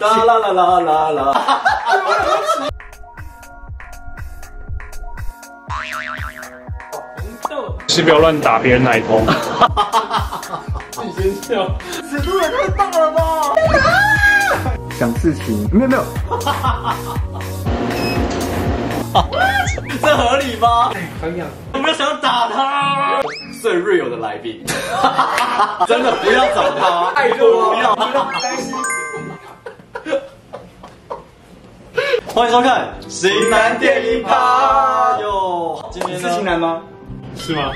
啦啦啦啦啦啦。是不要乱打别人奶头。 尺度也太大了吧！想事情没有没有， 这合理吗？哎，我没有想打他。最 real 的来 宾，真的不要找他，太弱不要。欢迎收看《型男电影趴》哟。今天呢是型男吗？是吗？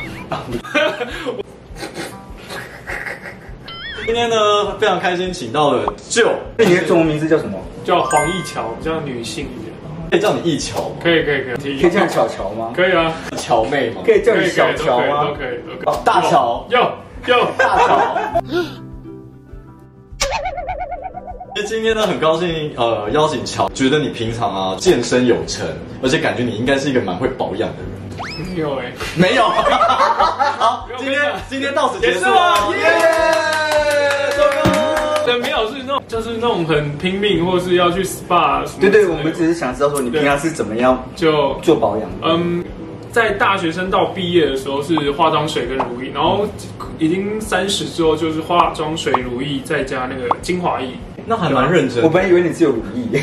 今天呢，非常开心，请到了舅，那你的中文名字叫什么？叫黄义乔，比较女性一点。可以叫你一乔吗？可以可以可以，可以叫你小乔吗？可以啊，乔妹吗？可以叫可你以小乔都吗？可以都可以都可哦大乔以。，哟哟，大乔。那今天呢，很高兴呃邀请乔，觉得你平常啊健身有成，而且感觉你应该是一个蛮会保养的人。没有哎，没有。 好，今天今天到此结束了，结束了耶！周哥对，没有是那种就是那种很拼命，或是要去 SPA 什么之类对的。对，我们只是想知道说你平常是怎么样就做保养的。嗯，在大学生到毕业的时候是化妆水跟乳液，然后已经三十之后就是化妆水、乳液再加那个精华液。那还蛮认真我。本来以为你只有乳液，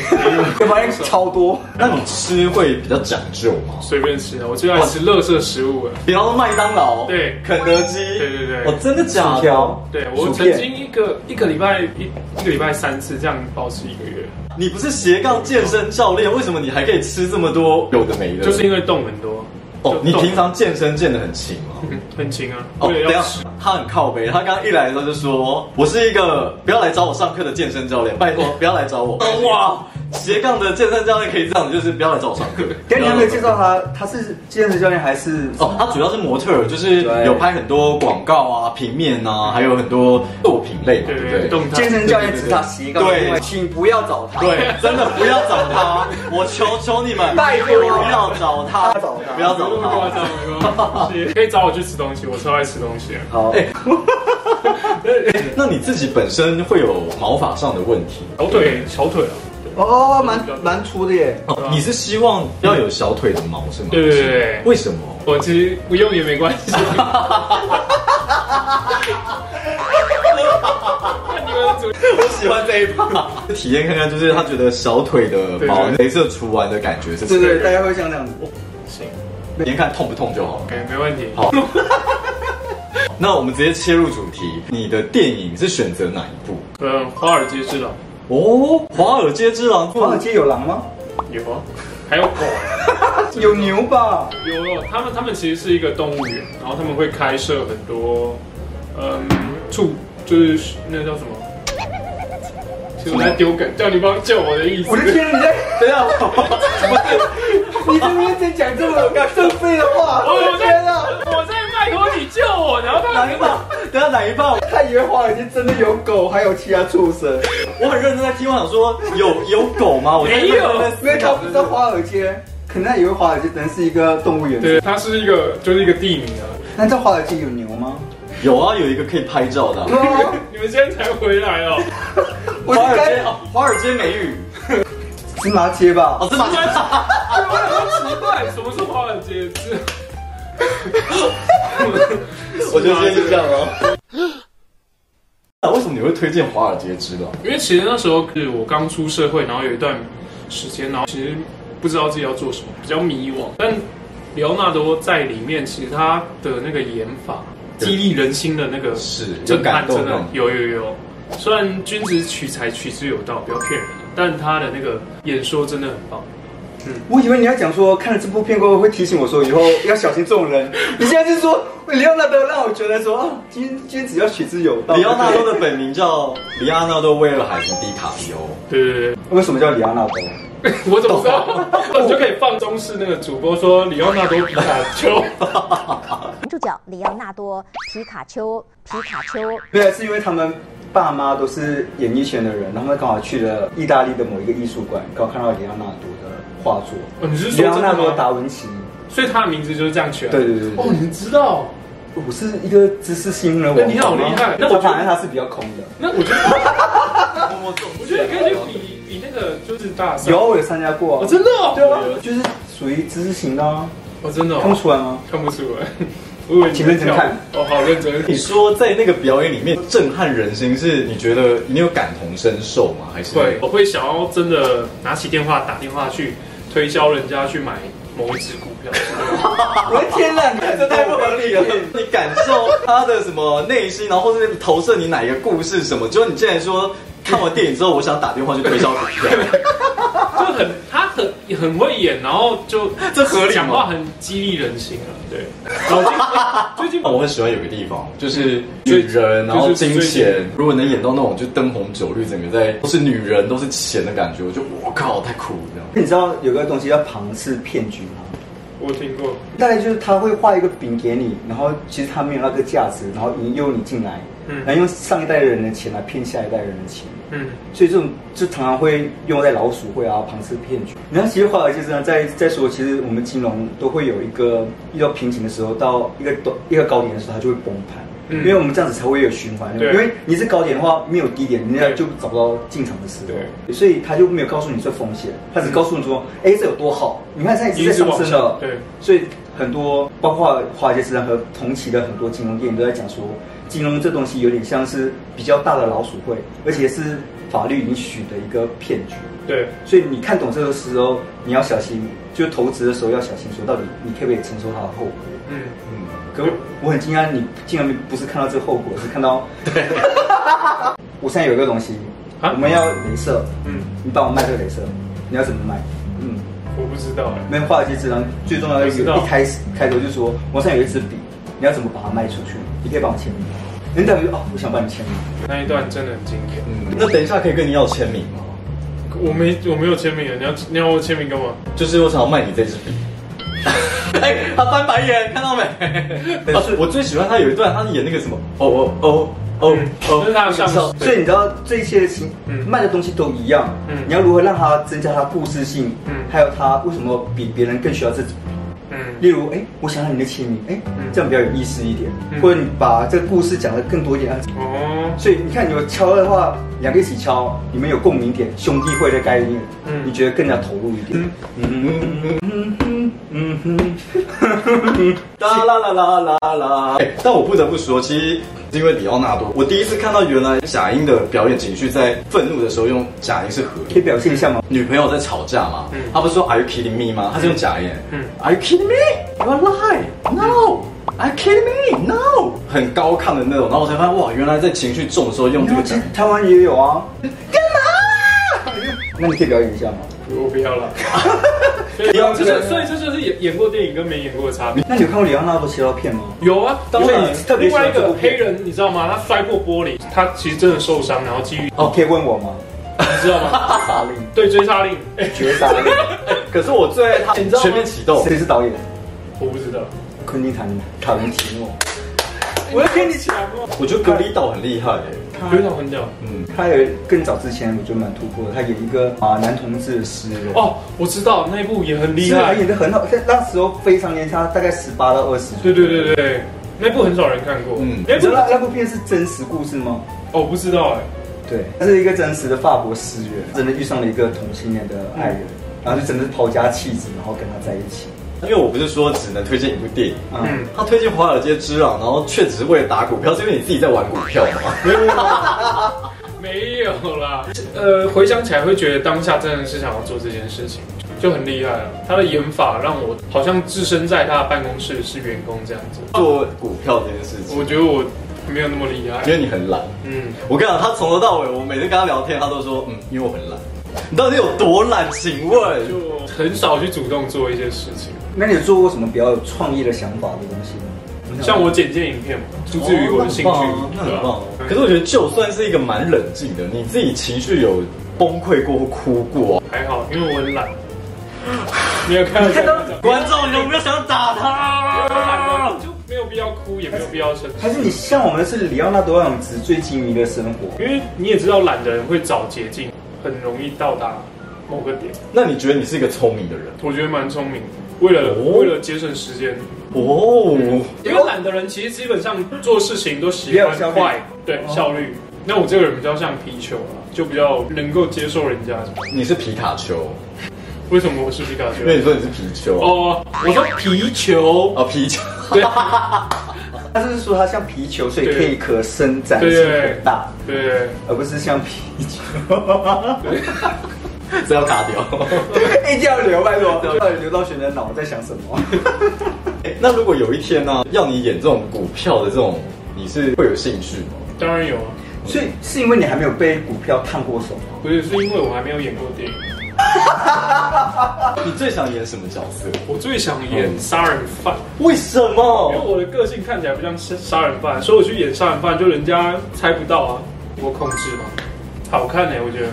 我发现超多。那你吃会比较讲究吗？随便吃的，啊我最爱吃垃圾食物了。比方说麦当劳，对肯德基，对对对我真的假薯的条？对我薯曾片经一个一个礼拜一一个礼拜三次这样保持一个月，你不是斜杠健身教练，为什么你还可以吃这么多有的没的？就是因为动很多。哦，你就动平常健身健得很勤吗？嗯很轻啊，哦，为了等一要下吃。，他很靠背。他刚一来的时候就说：“我是一个不要来找我上课的健身教练，拜 托不要来找我。”哦哇，斜杠的健身教练可以这样，就是不要来找我上课。等一下你还没有介不要来找我上课绍他，他是健身教练还是？哦，他主要是模特儿，就是对有拍很多广告啊、平面啊，还有很多作品类嘛，对对对不对，对？动态 健身教练只是他斜杠，对对，请不要找他。对，真的不要找他， 我求求你们，拜托不要找他，不要找不要找他没那么夸他。张，没那么夸张是可以找我去吃东西，我超爱吃东西啊的。好，哎那你自己本身会有毛发上的问题吗小腿，小腿啊，哦，蛮蛮粗的耶。哦，你是希望要有小腿的毛是吗？对对啊对为什么？我其实不用也没关系。那你们主我喜欢这一趴，体验看看，就是他觉得小腿的毛对镭射除完的感觉是对什对，么？大家会像这样子。行先看痛不痛就好了。 ，OK，没问题。好那我们直接切入主题，你的电影是选择哪一部？嗯，华尔街之狼哦，《华尔街之狼》。华尔街有狼吗？有啊，还有狗啊。有牛吧？有有，他们他们其实是一个动物园，然后他们会开设很多，嗯，处就是那叫什么？其实我在丢梗，叫你帮救我的意思我。的天，你在等一下，我 你在那边在讲这么有浪费的话，我我我的在天啊！我在拜托你救我，然后他哪一趴？等一下哪一趴？他以为华尔街真的有狗，还有其他畜生，我很认真在听，我想说有有狗吗？我在没有在思考因为他不知道华尔街，可能他以为华尔街真的是一个动物园。对，它是一个就是一个地名啊。那在华尔街有牛吗？有啊，有一个可以拍照的啊、你们现在才回来哦，我华尔街该哦，华尔街美语芝麻街吧？哦，芝麻街。我很奇怪， 什么是华尔街之？ 我就今天就这样了。 那为什么你会推荐《华尔街之狼》？因为其实那时候是我刚出社会，然后有一段时间，然后其实不知道自己要做什么，比较迷惘。但里奥纳多在里面，其实他的那个演法对激励人心的那个是有震感撼，动真的吗有有有。虽然君子取材取之有道，不要骗人，但他的那个演说真的很棒。我以为你要讲说看了这部片过后会提醒我说以后要小心这 种人，你现在是说里奥纳多让我觉得说啊，君君子要取之有道。里奥纳多的本名叫里奥纳多·威尔海姆·迪卡皮欧。对对对，为什么叫里奥纳多？ 我怎么知道？我就可以放中式那个主播说里奥纳多皮卡丘。男主角里奥纳多·皮卡丘，皮卡丘。对，是因为他们爸妈都是演艺圈的人，然后他们刚好去了意大利的某一个艺术馆，刚好看到里奥纳多的画作。哦你是说里奥纳真的多吗达文奇？所以他的名字就是这样取来的。对对对对哦，你知道？我是一个知识新人，我你好厉害那那我我觉得反而他是比较空的。那我觉得，我我觉得你可以去比大赛？有，我有参加过哦，，真的哦，对啊，就是属于知识型的啊，哦，真的哦，看不出 来吗？看不出来，我以为你请认真跳舞看哦，好认 真，你说在那个表演里面震撼人心，是你觉得你有感同身受吗？还是会，我会想要真的拿起电话打电话去推销人家去买某一只股票之类的。我的天哪，你看这这太太不不合合理理了！了！你感受他的什么内心，然后或者投射你哪一个故事什么？结果你竟然说看完电影之后，我想打电话去推销股票，就很他很很会演，然后就这合理吗讲话很激励人心啊。对， 然后最近最近我很喜欢有个地方，就是女人，然后金就是最钱。如果能演到那种就灯红酒绿，整个在都是女人都是钱的感觉，我就我靠，太酷了这样。 你知道有个东西叫庞氏骗局吗？我听过，大概就是他会画一个饼给你，然后其实他没有那个价值，然后引诱你进来，嗯然后用上一代人的钱来骗下一代人的钱。嗯，所以这种就常常会用在老鼠会啊、庞氏骗局。你看，其实华尔街这样在在说，其实我们金融都会有一个遇到瓶颈的时候，到一个短一个高点的时候，它就会崩盘。嗯因为我们这样子才会有循环，对因为你是高点的话，没有低点，人家对就找不到进场的时候，所以他就没有告诉你这风险，他只告诉你说，嗯哎、这有多好，你看现在一直在上一升直往了上，对，所以很多包括华尔街市场和同期的很多金融店都在讲说，金融这东西有点像是比较大的老鼠会，而且是法律允许的一个骗局。对，所以你看懂这个时候，你要小心，就投资的时候要小心，说到底你可不可以承受它的后果？嗯，嗯，可我很惊讶，你竟然不是看到这个后果，是看到。对。我现在有一个东西，啊我们要镭射，嗯嗯，你帮我卖这个镭射，你要怎么卖？嗯。我不知道哎，那华尔街之狼最重要的一个一开始开头就说，网上有一支笔，你要怎么把它卖出去？你可以帮我签名。人家就哦，我想帮你签名。那一段真的很经典。嗯，那等一下可以跟你要签名吗？我没我没有签名啊，你要你要我签名干嘛？就是我想要卖你这支笔。 哎、他翻白眼，看到 没？啊我最喜欢他有一段，他演那个什么，哦哦哦哦嗯哦，就是他的上司所以你知道这些情嗯卖的东西都一样，嗯你要如何让它增加它故事性，嗯还有它为什么比别人更需要自己。嗯，例如，哎，我想让你的签名，哎嗯，这样比较有意思一点，嗯或者你把这个故事讲得更多一点。啊哦，所以你看，你有敲的话，两个一起敲，你们有共鸣点，兄弟会的概念，嗯你觉得更加投入一点。嗯嗯哼，哒啦啦啦啦啦。哎但我不得不说，其实是因为里奥纳多，我第一次看到原来假音的表演情绪在愤怒的时候用假音是合可以理。表现一下吗？女朋友在吵架嘛，嗯他不是说 Are you kidding me 吗？他是用假音。嗯 Are you kidding me? You are lie. No. Are you kidding me? No. 很高亢的那种，然后我才发现哇，原来在情绪重的时候用这个然后假音其实。台湾也有啊。干嘛、那你可以表演一下吗？我不要了。对不要就这是个所以这就是演演过电影跟没演过的差别。那你有看过里奥纳多切到片吗？有啊，当然所以特别另喜欢外一这个部黑片人，你知道吗？他摔破玻璃，他其实真的受伤，然后基于哦哦，可以问我吗？你知道 吗？杀令，对追杀令，哎，绝杀令，可是我最爱他，你知道吗全面启动。谁是导演？我不知道，昆汀塔尼塔伦提诺。我要跟你讲哦。我觉得格里岛很厉害耶。他刘导很屌嗯，他有更早之前，我觉得蛮突破的。他演一个啊男同志的诗人，哦，我知道那一部也很厉是啊他害演，的很好，在那时候非常年轻，他大概十八到二十。对对对对，那部很少人看过。嗯嗯，那你部知道那那部片是真实故事吗？哦，我不知道哎，对，他是一个真实的法国诗人，真的遇上了一个同性恋的爱人，嗯然后就真的是抛家弃子，然后跟他在一起。因为我不是说只能推荐一部电影，嗯嗯，他推荐《华尔街之狼》，然后却只是为了打股票，是因为你自己在玩股票嘛？没有啦。呃，回想起来会觉得当下真的是想要做这件事情，就很厉害啊。他的演法让我好像置身在他的办公室是员工这样子，做股票这件事情，我觉得我没有那么厉害因。为你很懒。嗯，我跟你讲，他从头到尾，我每次跟他聊天，他都说，嗯，因为我很懒。你到底有多懒？请问？就很少去主动做一些事情。那你有做过什么比较有创意的想法的东西吗？像我剪接影片嘛，出自于我的兴趣，嗯哦啊那很棒啊那很棒啊。可可是是我觉得，就算是一个蛮冷静的，你自己情绪有崩溃过或哭过、嗯还好，因为我很 懒。没有看看到观众有没有想打他？就没有必要哭，也没有必要生还气，是你向往的是里奥纳多那种纸醉金迷的生活？因为你也知道，懒的人会找捷径，很容易到达某个点。那你觉得你是一个聪明的人？我觉得蛮聪明的，为了、哦为了节省时间，哦，因为懒的人其实基本上做事情都喜比较有欢哦效率快，对效率。那我这个人比较像皮球啊，就比较能够接受人家。你是皮卡丘，为什么我是皮卡丘因？为你说你是皮丘哦，哦，我说皮球，哦皮丘，对他是说它像皮球，所以对可以可伸展性对很大，对，而不是像皮 球。 这要卡掉。 一定要留，拜托，到底刘道玄的脑在想什 么？那如果有一天呢、要你演这种股票的这种，你是会有兴趣吗？当然有啊。所以是因为你还没有被股票烫过手吗？不是，是因为我还没有演过电影。你最想演什么角色？我最想演杀人犯，为什因为么？哦我的个性看起来不像杀杀人犯，所以我去演杀人犯，就人家猜不到啊，我控制嘛，好看呢、我觉得。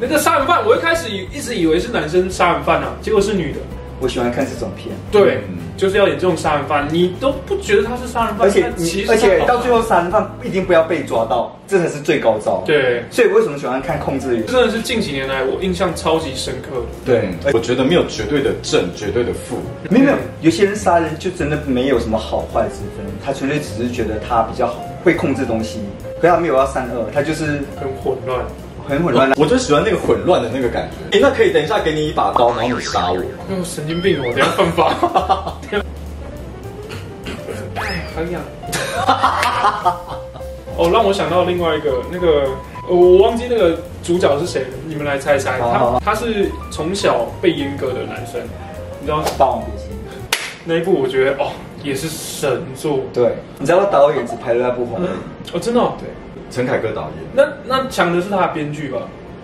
那个杀人犯，我一开始以一直以为是男生杀人犯啊，结果是女的。我喜欢看这种片，对嗯，就是要演这种杀人犯，你都不觉得他是杀人犯，而且但其你实而且他到最后杀人犯一定不要被抓到，这才是最高招。，对，所以我为什么喜欢看控制欲？真的是近几年来我印象超级深刻的。对，我觉得没有绝对的正，绝对的负。没有没有，有些人杀人就真的没有什么好坏之分，他纯粹只是觉得他比较好，会控制东西，可他没有要善恶，他就是很混乱，很混乱。我就喜欢那个混乱的那个感觉。哎，那可以等一下给你一把刀，然后你杀我吗？哎呦，神经病哦！我等一下犯法。哎，很痒。 哦，让我想到另外一个，那个呃我忘记那个主角是谁了，你们来猜猜。好好他好他是从小被阉割的男生，你知道霸王别姬，那一部我觉得哦也是神作对，你知道导演只拍了那部红，哦，真的、哦。对，陈凯歌导演，那那强的是他的编剧吧？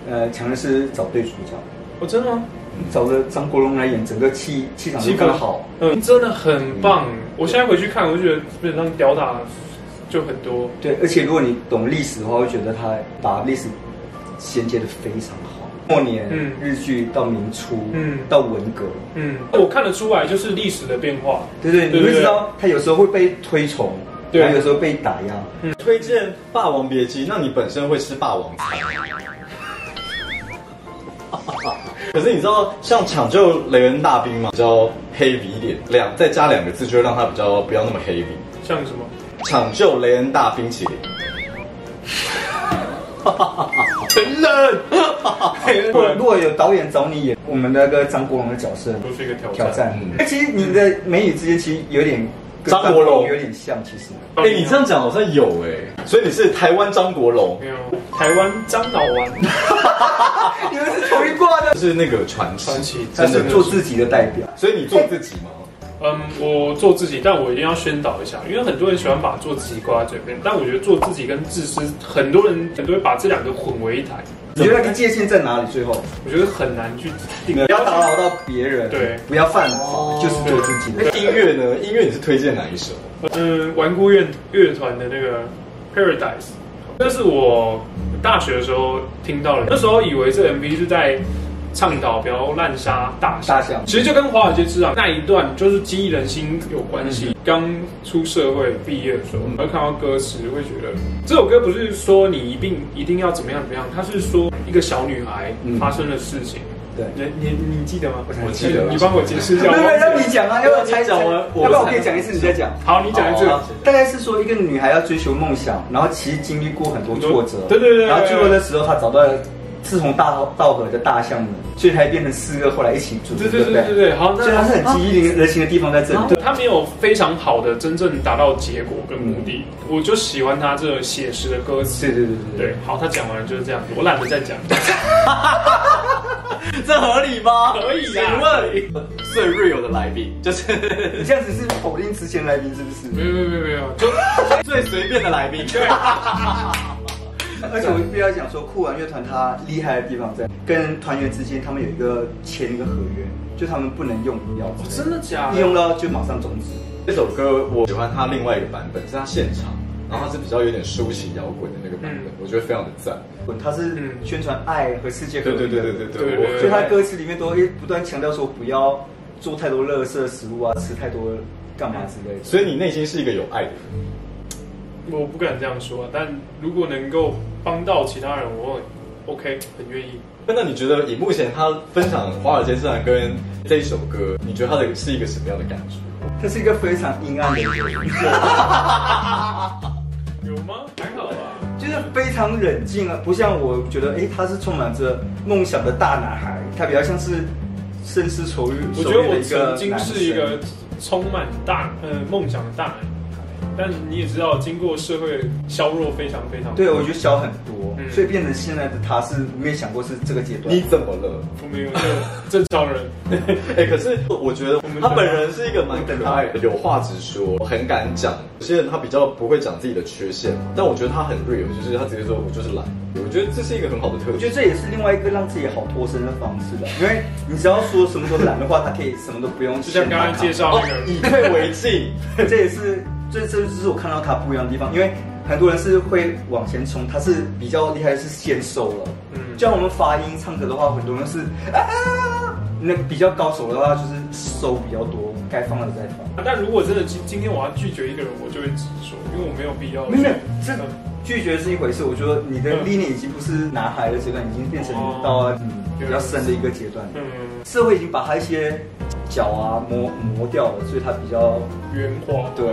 呃，强的是找对主角。嗯哦，真的吗？找了张国荣来演，整个气气场就气氛更好。嗯，真的很棒。我现在回去看，我就觉得基本上吊打就很多。对，而且如果你懂历史的话，会觉得他把历史衔接的非常好。末年、嗯日剧到明初，嗯到文革，嗯，我看得出来就是历史的变化。对对，对你对会对知道他有时候会被推崇，对然后有时候被打压。推荐《霸王别姬》，那你本身会吃霸王餐？ 可是你知道，像抢救雷恩大兵嘛，比较 heavy 一点，两再加两个字就会让他比较不要那么 heavy。像什么？抢救雷恩大冰淇淋。承认，如果如果有导演找你演我们那个张国荣的角色，都是一个挑挑战。战嗯。哎、其实你的美女之间其实有点跟张国荣有点像，其实。哎、你这样讲好像有哎、所以你是台湾张国荣，没有？台湾樟脑丸你们是同一挂的，就是那个传奇，传奇他真是的做，自己的代表。所以你做自己吗？嗯，我做自己，但我一定要宣导一下，因为很多人喜欢把做自己挂在嘴边，但我觉得做自己跟自私，很多人很多人把这两个混为一谈，你觉得那个界限在哪里？最后？我觉得很难去定。不要打扰到别人，对不要犯法，就是做自己的。那音乐呢？音乐你是推荐哪一首？嗯，顽固乐乐团的那个 Paradise，那是我大学的时候听到的。那时候以为这 MV 是在倡导不要滥杀大象，大象其实就跟华尔街之狼那一段就是激励人心有关系。刚、出社会毕业的时候，嗯然后看到歌词会觉得这首歌不是说你一定一定要怎么样怎么样，它是说一个小女孩嗯发生的事情。对你你你记得吗？我记得你帮我解释一没下。有没有，我忘让记你了讲啊，要不然才讲完我要不然我可以讲一次，你再讲。好，你讲一次。好好大概是说，一个女孩要追求梦想，然后其实经历过很多挫折，对对对对然后最后的时候，她找到了志同道道合的大象们，所以才变成四个后来一起组织，对对不对对对，好，那所以她是很激励人心的地方在这里。对他没有非常好的真正达到结果跟目的，我就喜欢他这写实的歌词。对对对对对，好，他讲完了就是这样，我懒得再讲。这合理吗？可以啊请问最 real 的来宾就是对， 你这样子是否定之前来宾是不是？没有没有没有没有，就最随便的来宾。而且我必须要讲说，酷玩乐团它厉害的地方在跟团员之间，他们有一个签一个合约，就他们不能用药，哦真的假一用的？到就马上终止。这首歌我喜欢它另外一个版本，是它现场，然后它是比较有点抒情摇滚的那个版本，嗯我觉得非常的赞。它是宣传爱和世界和对平对对的，对对对对，对所我以它歌词里面都会不断强调说不要做太多垃圾食物啊，吃太多干嘛之类的。所以你内心是一个有爱的人。我不敢这样说，但如果能够帮到其他人，我 OK，很愿意。那你觉得以目前他分享《华尔街之狼》跟这一首歌，你觉得他的是一个什么样的感觉？这是一个非常阴暗的一个人，有吗？还好吧。就是非常冷静啊，不像我觉得，哎，他是充满着梦想的大男孩，他比较像是深思熟虑。我觉得我熟虑的曾经是一男个生充满大呃梦想的大男孩，但你也知道，经过社会削弱非常非常。对，我觉得小很多，嗯所以变成现在的他是没有想过是这个阶段。你怎么了？我没有这正常人， 哎、可是我觉得他本人是一个蛮可爱的，有话直说，很敢讲。有些人他比较不会讲自己的缺陷，但我觉得他很 real，就是他直接说我就是懒。我觉得这是一个很好的特我觉质。得这也是另外一个让自己好脱身的方式了，因为你只要说什么都懒的话，他可以什么都不用就去像检刚讨刚他。介绍哦那个，以退为进。 这也是这这就是我看到他不一样的地方，因为很多人是会往前冲，他是比较厉害的是先收了。嗯嗯，就像我们发音唱歌的话，很多人是啊，那比较高手的话就是收比较多，该放的再放。啊但如果真的今今天我要拒绝一个人，我就会直说，因为我没有必要去。没有没有，这嗯拒绝是一回事，我觉得你的历练已经不是男孩的阶段，已经变成哦到嗯比较深的一个阶段了。嗯，社会已经把他一些角啊磨磨掉了，所以他比较嗯圆滑，对，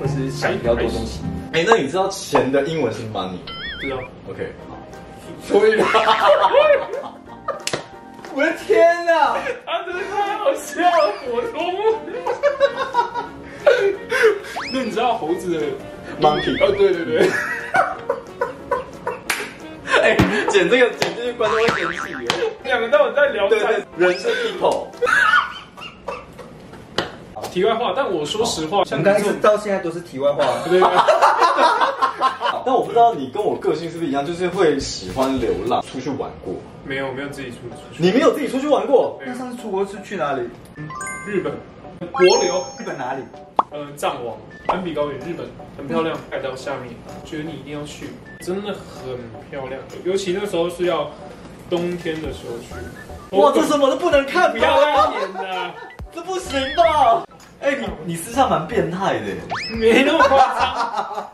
或是想比较多东西。哎、那你知道钱的英文是 money？OK，、知道。好。所以，啊我的天哪！啊，真的太好笑了，果冻。 那你知道猴子的 Monkey 哦，对对对，哎、剪这个剪这些观众会生气耶。两个到底在聊哦对啥对？，人是 people。题外话，但我说实话，我像们这刚才种是到现在都是题外话，对对对但我不知道你跟我个性是不是一样，就是会喜欢流浪，出去玩过。没有没有自己出出去，你没有自己出去玩过？没那有上次出国是去哪里？日本国流，日本哪里？呃，藏王安比高原，日本很漂亮，海岛下面，觉得你一定要去，真的很漂亮，尤其那时候是要冬天的时候去，哇，这什么都不能看，不不要要拉啊！脸呐，这不行吧？哎、你你私下蛮变态的耶，没那么夸张。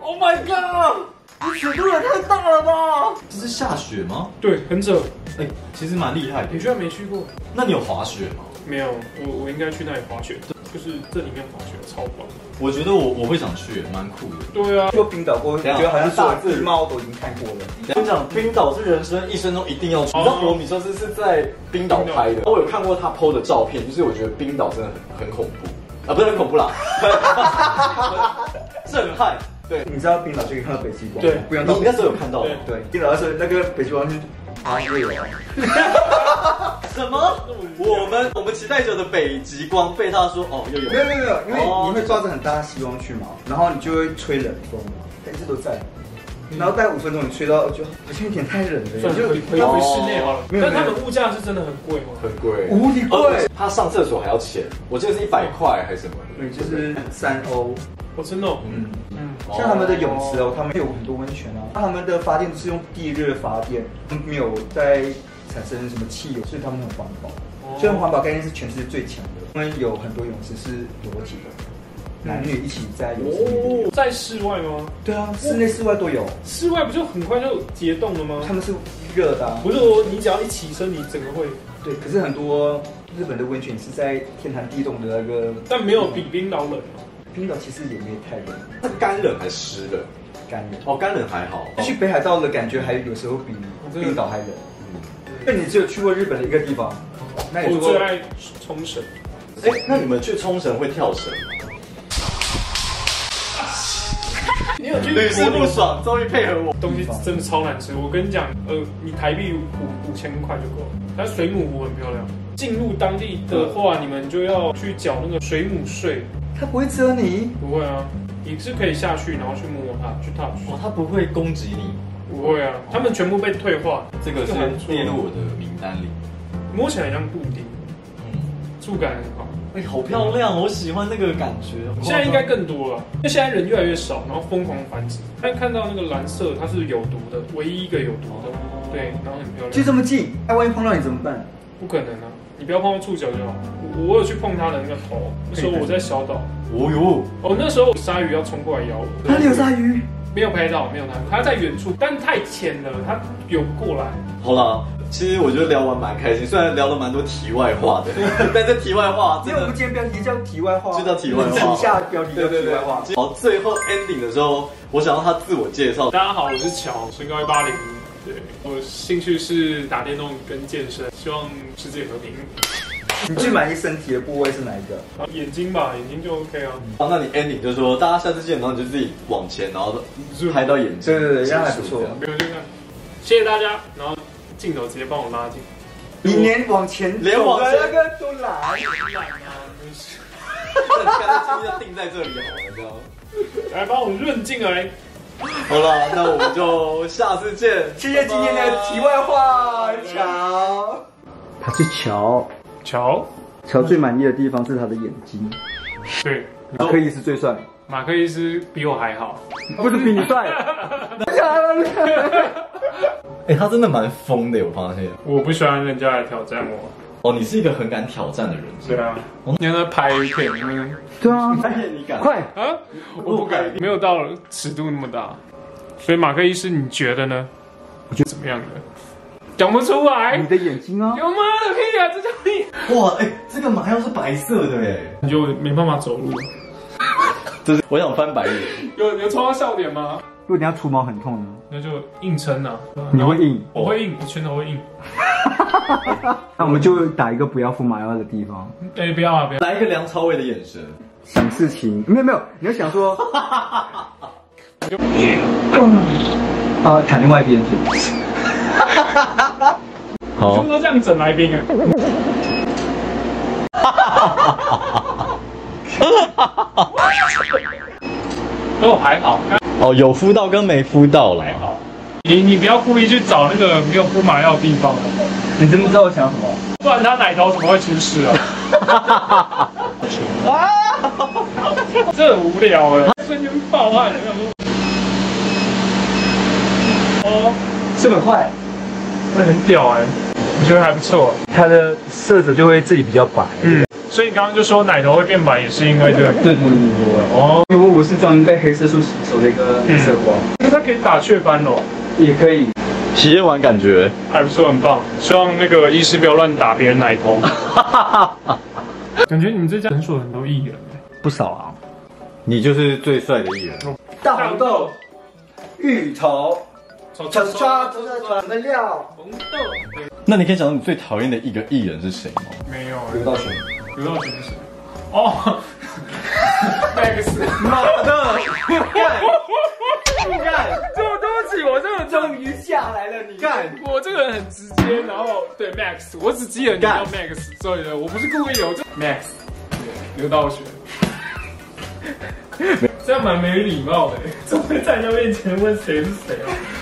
Oh my god！你尺度也太大了吧？这是下雪吗？对，很扯，哎、其实蛮厉害你的。居然没去过？那你有滑雪吗？没有，我我应该去那里滑雪，就是这里面滑雪超棒。我觉得我我会想去，蛮酷的。对啊，去过冰岛过，我等一下觉得好像所大有自地貌都已经看过了。我跟你讲，冰岛是人生一生中一定要去。你知道罗米修斯是在冰岛拍的，哦我有看过他 PO 的照片，就是我觉得冰岛真的很很恐怖啊，不是很恐 怖啦，震撼。对，你知道冰岛就可以看到北极光，对不用你到那时候有看到吗对对，冰岛的时候那个北极光就啊，对了，什么？我们我们期待着的北极光被他说哦又有没有没有没有，因为哦你会抓着很大的希望去嘛，然后你就会吹冷风，但一直都在，然后待五分钟，你吹到哦就好像有点太冷了，算你了，回回就回室内好了。没有但他没有们物价是真的很贵吗？很贵，无敌贵哦他上厕所还要钱，我记得是一百块还是什么的对，就是三欧。我真的哦，嗯，嗯，像他们的泳池哦，他们有很多温泉啊，他们的发电是用地热发电，没有在产生什么汽油，所以他们很环保。哦虽然环保概念是全世界最强的，他们有很多泳池是裸体的，男女一起在泳池里面游。哦，在室外吗？对啊，室内室外都有，室外不就很快就结冻了吗？他们是热的、啊。不是我，你只要一起身，你整个会，对，可是很多日本的温泉是在天寒地冻的那个，但没有比冰岛冷哦。冰岛其实也没有太冷，是干冷还是湿冷？干冷。哦，干冷还好。去北海道的感觉还有时候比冰岛还冷。嗯那你只有去过日本的一个地方，那你我如果最爱冲绳，哎、那你们去冲绳会跳绳吗？你有去屡试过不爽，终于配合我。东西真的超难吃，我跟你讲，呃，你台币五五千块就够了。但水母湖很漂亮，进入当地的话，你们就要去缴那个水母税。他不会蛰你，不会啊，你是可以下去，然后去摸它，去 touch。哇，哦他不会攻击你，不会啊，它们全部被退化，这个是就还不错列入我的名单里。摸起来很像布丁，嗯，触感很好。哎、好漂亮，我喜欢那个感觉。哦现在应该更多了，因为现在人越来越少，然后疯狂繁殖。但看到那个蓝色，它是有毒的，唯一一个有毒的，对，然后很漂亮。就这么近，哎，万一碰到你怎么办？不可能啊！你不要碰到触角就好。我我有去碰它的那个头，那时候我在小岛，哦哟，哦，那时候鲨鱼要冲过来咬我，哪里有鲨鱼？没有拍到，没有拍到，它在远处，但太浅了，它游不过来。好啦，其实我觉得聊完蛮开心，虽然聊了蛮多题外话 的，但这题外话因真为我的们今天标题叫题外话，就叫题外话底下标题叫题外话。好，最后 ending 的时候，我想要他自我介绍。大家好，我是乔，身高一八零，对我兴趣是打电动跟健身，希望世界和平。你最满意身体的部位是哪一个？啊眼睛吧，眼睛就 OK 啊。好，那你 ending 就说大家下次见，然后你就自己往前，然后拍到眼睛，对对对，这样还结不束错这。样没有就看，谢谢大家。然后镜头直接帮我拉近，你连往前连往前走的那个都懒。懒啊，真是那你 看他今天定在这里哦好了，这样。来帮我润进来。好了，那我们就下次见，谢谢今天的题外话，乔。他是乔，乔，乔最满意的地方是他的眼睛，对，马克意是最帅，马克医师比我还好。不是比你帅。哎、他真的蛮疯的，我发现。我不喜欢人家来挑战我。哦，你是一个很敢挑战的人，是对啊，你在拍片嗯 对啊，吧？哎，你敢？快，啊？我不敢，没有到尺度那么大。所以马克医师，你觉得呢？我觉得怎么样呢？讲不出来你。的眼睛啊！有妈的屁啊！这叫你，哇，哎、这个麻药是白色的，哎，你就没办法走路。就是我想翻白眼。有有戳到笑点吗？如果你要除毛很痛呢，那就硬撑啊。你会硬。我会硬，我拳头会硬。那我们就打一个不要敷麻药的地方。哎，不要啊，不要！来一个梁朝伟的眼神，想事情，没有没有，你要想 说，啊，躺另外一边去。全好部，都这样整来宾啊。 哦，还好，哦，有敷到跟没敷到啦还。好。你你不要故意去找那个没有敷麻药的地方啊，你真不知道我想什么？不然他奶头怎么会出事啊？ 这很无聊哎、瞬间爆汗，我想说哦，是很快，那很屌哎、我觉得还不错、啊它的色泽就会自己比较白。嗯，所以你刚刚就说奶头会变白，也是因为这个。对对对对对。哦，因为我是专门被黑色素吸收的一个黑色光，那它可以打雀斑哦，也可以。体验完感觉，还不错，很棒。希望那个医师不要乱打别人奶头。感觉你们这家诊所很多艺人，不少啊。你就是最帅的艺人。大红豆、芋头、炒炒抓抓抓抓的料，红豆那你可以讲到你最讨厌的一个艺人是谁吗？没有，刘道雄。刘道全是谁？哦，Max，妈的！这对不起，我这个终于下来了，你干，我这个人很直接，然后对 Max，我只记得你叫 Max，所以呢，我不是故意的，我就 Max，对，刘 道学，这样蛮没礼貌的，怎么会在人家面前问谁是谁啊？